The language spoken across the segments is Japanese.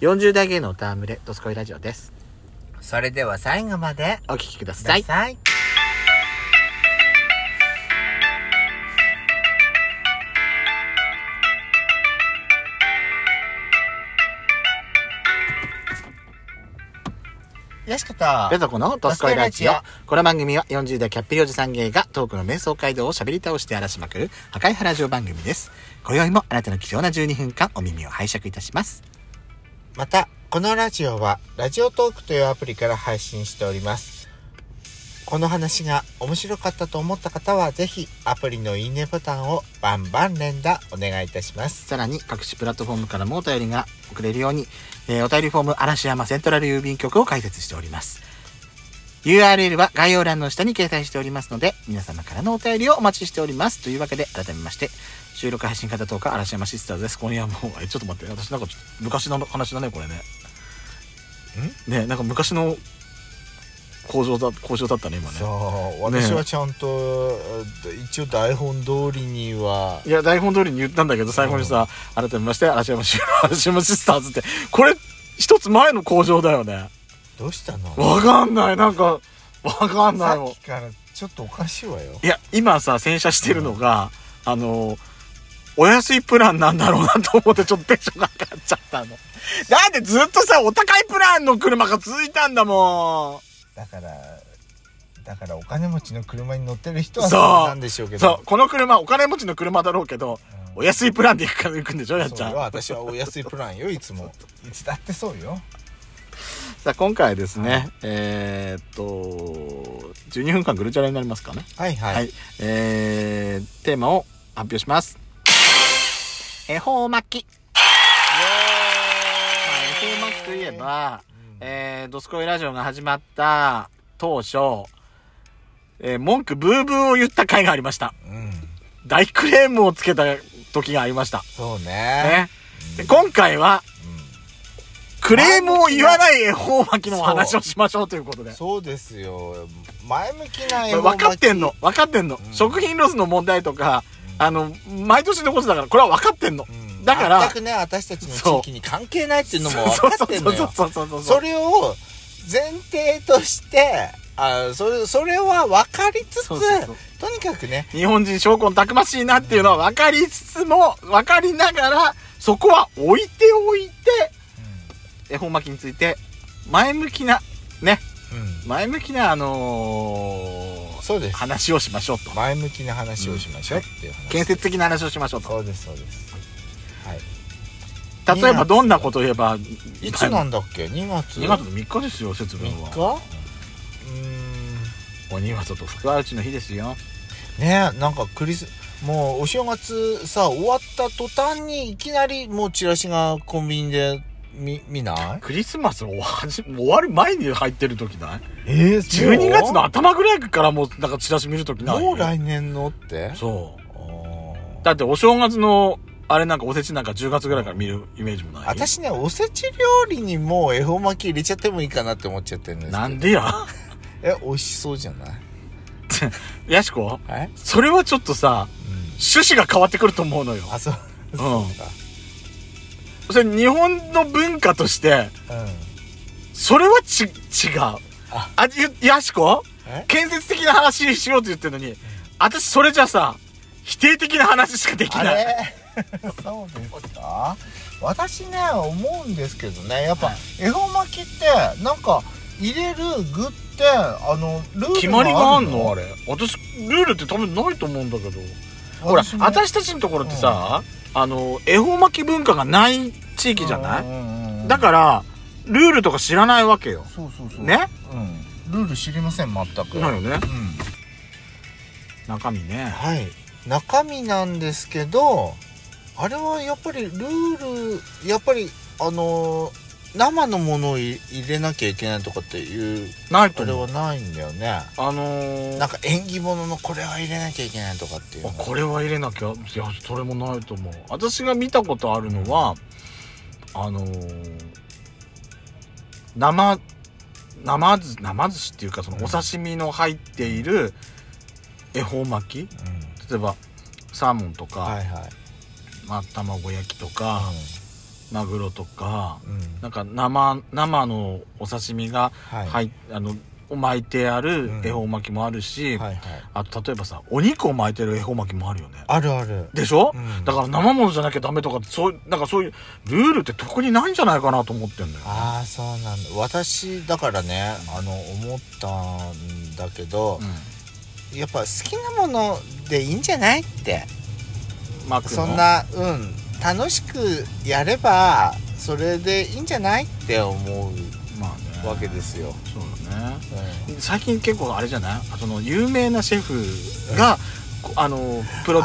40代芸能タームレ、ドスコイラジオです。それでは最後までお聞きくだくさだい。さい。よしこと。ベトコのドスコイラジオ。この番組は40代キャッピリおじさん芸がトークの瞑想街道を喋り倒して荒らしまくる破壊派ラジオ番組です。今宵もあなたの貴重な12分間お耳を拝借いたします。また、このラジオは、ラジオトークというアプリから配信しております。この話が面白かったと思った方は、ぜひ、アプリのいいねボタンをバンバン連打お願いいたします。さらに各種プラットフォームからもお便りが送れるように、えーお便りフォーム嵐山セントラル郵便局を開設しております。URL は概要欄の下に掲載しておりますので、皆様からのお便りをお待ちしております。というわけで、改めまして、収録配信方10日、嵐山シスターズです。今夜も、え、ちょっと待って、私なんかちょっと昔の話だね、これね。ねなんか昔の工場だ、工場だったね、今ね。そう、ね私はちゃんと、一応台本通りには、いや、台本通りに言ったんだけど、最後にさ、改めまして、嵐山シ嵐山シスターズって、これ、一つ前の工場だよね。どうしたのわかんない、なんか、わかんないさもんっ。きからちょっとおかしいわよ。いや、今さ、洗車してるのが、あの、お安いプランなんだろうなと思って、ちょっとテンションが上がっちゃったの。だってずっとさ、お高いプランの車が続いたんだもだから、だからお金持ちの車に乗ってる人はそうそうなんでしょうけん。ど。そう、この車、お金持ちの車だろうけど、うんお安いプランで行くから行くんでしょ、やっちそゃうんよ。私はお安いプラ ンよいつもいつだってそうよさあ今回はですね、えーっと12分間グルチャレになりますかねはいは、はいい、えー、テーマを発表します恵方巻き、まあ、恵方巻きといえば、えー、ドスコイラジオが始まった当初、えー文句ブーブーを言った回がありましたうん大クレームをつけた時がありましたそうねねで今回はクレームを言わない恵方巻きのお話をしましょうということうでんそうですよ前向きな絵分かってんの分かってんの、うん食品ロスの問題とか、うんあの毎年のことだからこれは分かってんの、だから全くね私たちの地域に関係ないっていうのも分かってんのよそうそうそうそうそれを前提としてあそれそれは分かりつつそうそうそうとにかくね日本人証拠たくましいなっていうのは分かりつつも分かりながらそこは置いておいて恵方巻きについて前向きなねうん前向きなあのーそうです話をしましょうと前向きな話をしましょうっていう話、建設的な話をしましょうとそうですそうですはい例えばどんなことを言えばいつなんだっけ2月2月の3日ですよ節分は3日うー鬼は外福は内の日ですよんねえなんかクリスもうお正月さ終わった途端にいきなりもうチラシがコンビニで見見ないクリスマスの終わり終わる前に入ってる時ないええ ?12 月の頭ぐらいからもうなんかチラシ見る時ないもう来年のってそう。あーだってお正月の、あれなんかおせちなんか10月ぐらいから見るイメージもない。私ねおせち料理にもう恵方巻き入れちゃってもいいかなって思っちゃってるんですけどなんでやえ美味しそうじゃないやしこえ、それはちょっとさ、うん、趣旨が変わってくると思うのよ。あそううんそうかそれ日本の文化として、うんそれはち、違う。ああ、ゆ、やしこえ建設的な話しようと言ってるのに、私それじゃさ、否定的な話しかできあない。れ そうですか私ね思うんですけどねやっぱはい恵方巻きってなんか入れる具ってあのルール決まりがあんのあれれ私ルールって多分ないと思うんだけどほら私たちのところってさ、あの恵方巻き文化がない地域じゃない、いだからルールとか知らないわけよらそうそうそうね、うん、ルール知りません全くなるよねうん中身ねはい中身なんですけどあれはやっぱりルールやっぱりあの生のものを入入れなきゃいけないとかっていうないとあれ思うはないんだよねあのー、なんか縁起物のこれは入れなきゃいけないとかっていうあのこれは入れなきゃいやそれもないと思う私が見たことあるのはあのー、生生ず生寿司っていうかそのお刺身の入っている恵方巻きうん例えばサーモンとか、はいはいまあ、卵焼きとか、マグロとかうんなんか生生のお刺身がはい入っあの巻いてあるうん恵方巻きもあるし、はいはいあと例えばさお肉を巻いてる恵方巻きもあるよねあるあるでしょ、うんだから生ものじゃなきゃダメとかそうなんかそういうルールって特にないんじゃないかなと思ってんだよああそうなんだ私だからねあの思ったんだけど、うやっぱ好きなものでいいんじゃないってん巻くのそんなうん楽しくやればそれでいいんじゃないって思まあうねわけですよ、そうだねうん最近結構あれじゃないその有名なシェフが、こあのプロデュースとか考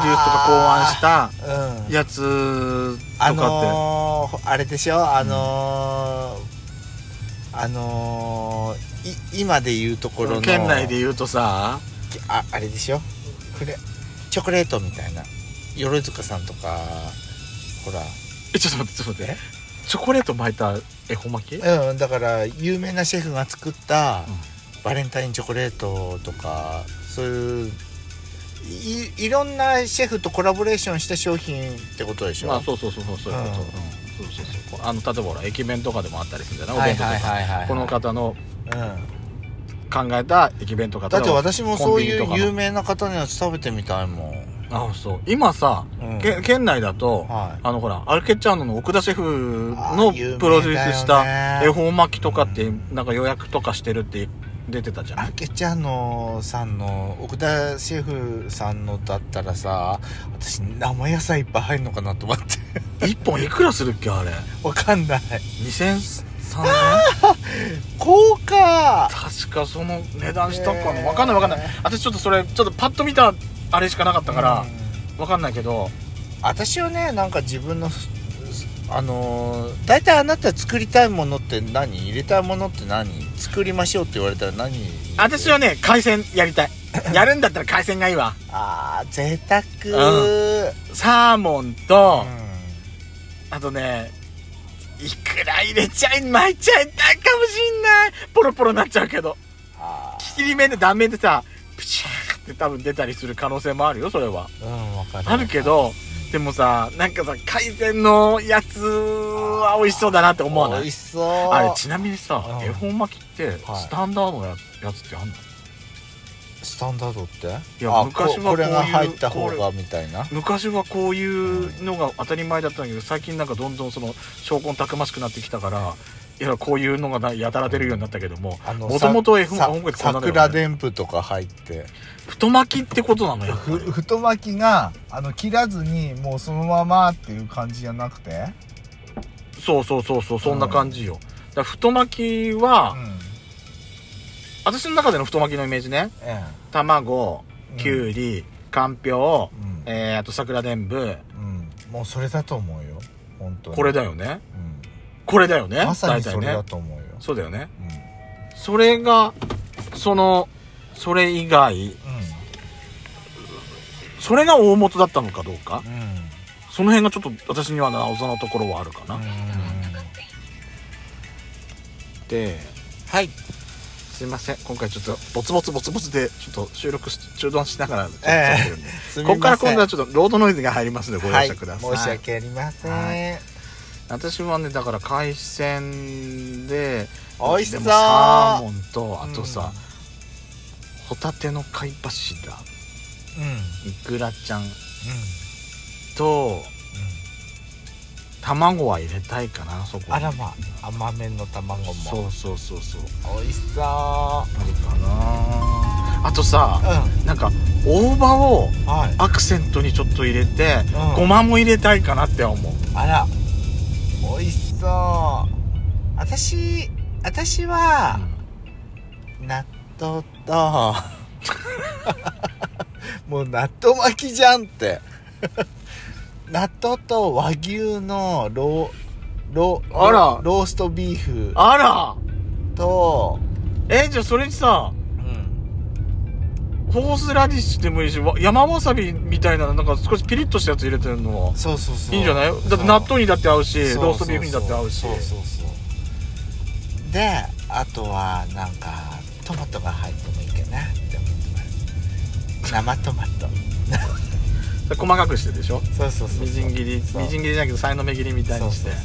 案したうんやつとかあって、のー、あれでしょあのーあのー、い今で言うところの県内で言うとさああれでしょこれチョコレートみたいな鎧塚さんとかほらえちょっと待ってちょっと待ってチョコレート巻いた恵方巻き、うんだから有名なシェフが作ったバレンタインチョコレートとかそういういいろんなシェフとコラボレーションした商品ってことでしょ、まあそうそうそうそうそういうこと、うんうんそうそうそうあの例えばほら駅弁とかでもあったりするんじゃなはいいお弁当とか、はいはいはいはいこの方のうん考えた駅弁とかだって例えば私もそういコンビニとかのう有名な方のやつ食べてみたいもん、あそう今さ、うんけ県内だと、はいあのほらアルケッチャーノの奥田シェフあのー有名だよねプロデュースした恵方巻きとかってなんか予約とかしてるって出てたじゃアんルケちゃんのさんの奥田シェフさんのだったらさ私生野菜いっぱい入るのかなと思って 一本いくらするっけあれわかんない2003年こうか確かその値段したかなねえわかんないわかんない私ちょっとそれちょっとパッと見たあれしかなかったからうんわかんないけど私はねなんか自分のふあのー大体あなた作りたいものって何入れたいものって何作りましょうって言われたら何私はね海鮮やりたいやるんだったら海鮮がいいわあー贅沢サーモンと、うんあとね、いくら入れちゃい、巻いちゃいたいかもしんない。ポロポロになっちゃうけど。あ切り目で断面でさ、プシャーって多分出たりする可能性もあるよ、それは。ーうんわかるあるけど、でもさ、なんかさ、海鮮のやつは美味しそうだなって思わな美味いしそうあれ、ちなみにさう、ん恵方巻きって、スタンダードのやつやつってあんのスタンダードっていやあ昔はこういうこれが入った方がみたいな昔はこういうのが当たり前だったんだけど最近なんかどんどんその証拠たくましくなってきたからいやこういうのがなやたら出るようになったけどもあのもともと F さ音楽ってこんなだよね桜でんぷとか入って太巻きってことなのよふ太巻きがあの切らずにもうそのままっていう感じじゃなくてそうそうそうそうそんな感じよ、だから太巻きは、うん私の中での太巻きのイメージねえ卵うんきゅうりかんぴょえう、うんえー、あと桜でんぶうんもうそれだと思うよ本当にこれだよねうんこれだよねまさ大にそれ体だねと思うよそうだよねうんそれがそのそれ以外それが大元だったのかどうかうんうんその辺がちょっと私には謎のところはあるかな、うんではいすいません今回ちょっとボツボツボツボツでちょっと収録し中断しながらええやってるんで、すみまこせんこから今度はちょっとロードノイズが入りますのでご容はい赦ください、申し訳ありません、は私はねだから海鮮で美味しそうでもサーモンとあとさ、うホタテの貝柱んうんうんイクラちゃんと卵は入れたいかなそこにあらま甘めの卵もそうそうそうそう美味しそあれかなあとさううなんか大葉をんはいアクセントにちょっと入れて、うんごまも入れたいかなって思うあら美味しそう私私は納豆と もう納豆巻きじゃんって納豆と和牛のローローあらローストビーフあと、らえじゃあそれにさうん、ホースラディッシュでもいいしわ山わさびみたいななんか少しピリッとしたやつ入れてるのはそうそうそういいんじゃないだって納豆にだって合うしローストビーフにだって合うしそうそうそうであとはなんかトマトが入ってもいいかなって思ってます生トマトそれ細かくしてでしょそうそうそうそうみじん切りみそうじん切りじゃなくてさいの目切りみたいそうにしそうて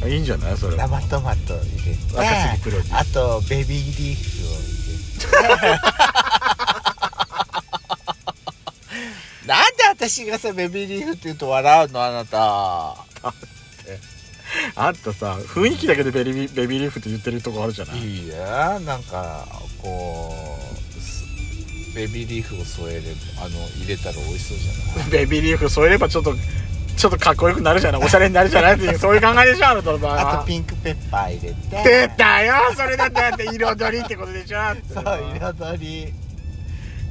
そういいんじゃないそれ生トマト入れて若杉プロデュースあとベビーリーフを入れて なんで私がさベビーリーフって言うと笑うのあなたあんたさ雰囲気だけでベビーベビーリーフって言ってるとこあるじゃないいいやなんかこうすベビーリーフを添えればあの入れたら美味しそうじゃないベビーリーフ添えればちょっとちょっとかっこよくなるじゃないおしゃれになるじゃないっていうそういう考えでしょあなたの場合あはとピンクペッパー入れて出たよそれだってだって彩りってことでしょそう彩り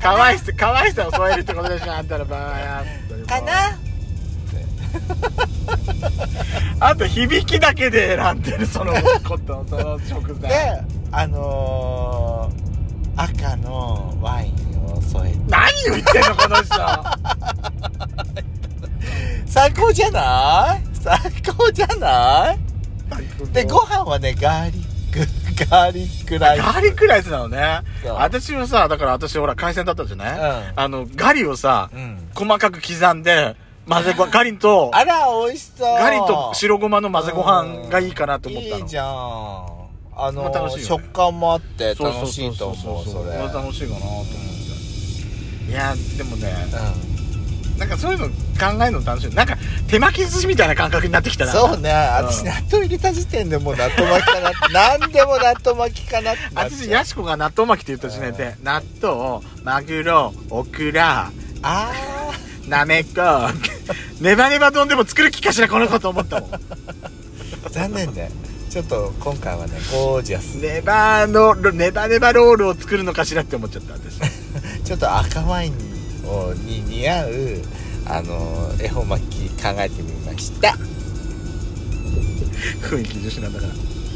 かわいさかわいさを添えるってことでしょあんたの場合はかなあと響きだけで選んでるそのことその食で材あのー赤のワインを添えて何を言ってんのこの人最高じゃない最高じゃないでご飯はねガーリックガーリックライスガーリックライスなのねそう私はさだから私ほら海鮮だったじゃない、うんあのガリをさ、うん細かく刻んで混ぜごガリとあら美味しそうガリと白ごまの混ぜご飯がいいかなと思ったのいいじゃんあの、まあ楽しいよね食感もあってそう楽しいと思うそれこれ楽しいかなと思っていやでもねなんかそういうの考えるの楽しいなんか手巻き寿司みたいな感覚になってきたうんなそうねう私ん納豆入れた時点でもう納豆巻きか な何でも納豆巻きかなってなっ私ちゃうやしこが納豆巻きって言った時点で納豆マグロオクラあなめこネバネバ丼でも作る気かしらこの子と思った もんー残念ねちょっと今回はねゴージャスネバのネバネバロールを作るのかしらって思っちゃった 私ちょっと赤ワインをに似合うあの恵方巻き考えてみました雰囲気重視なんだから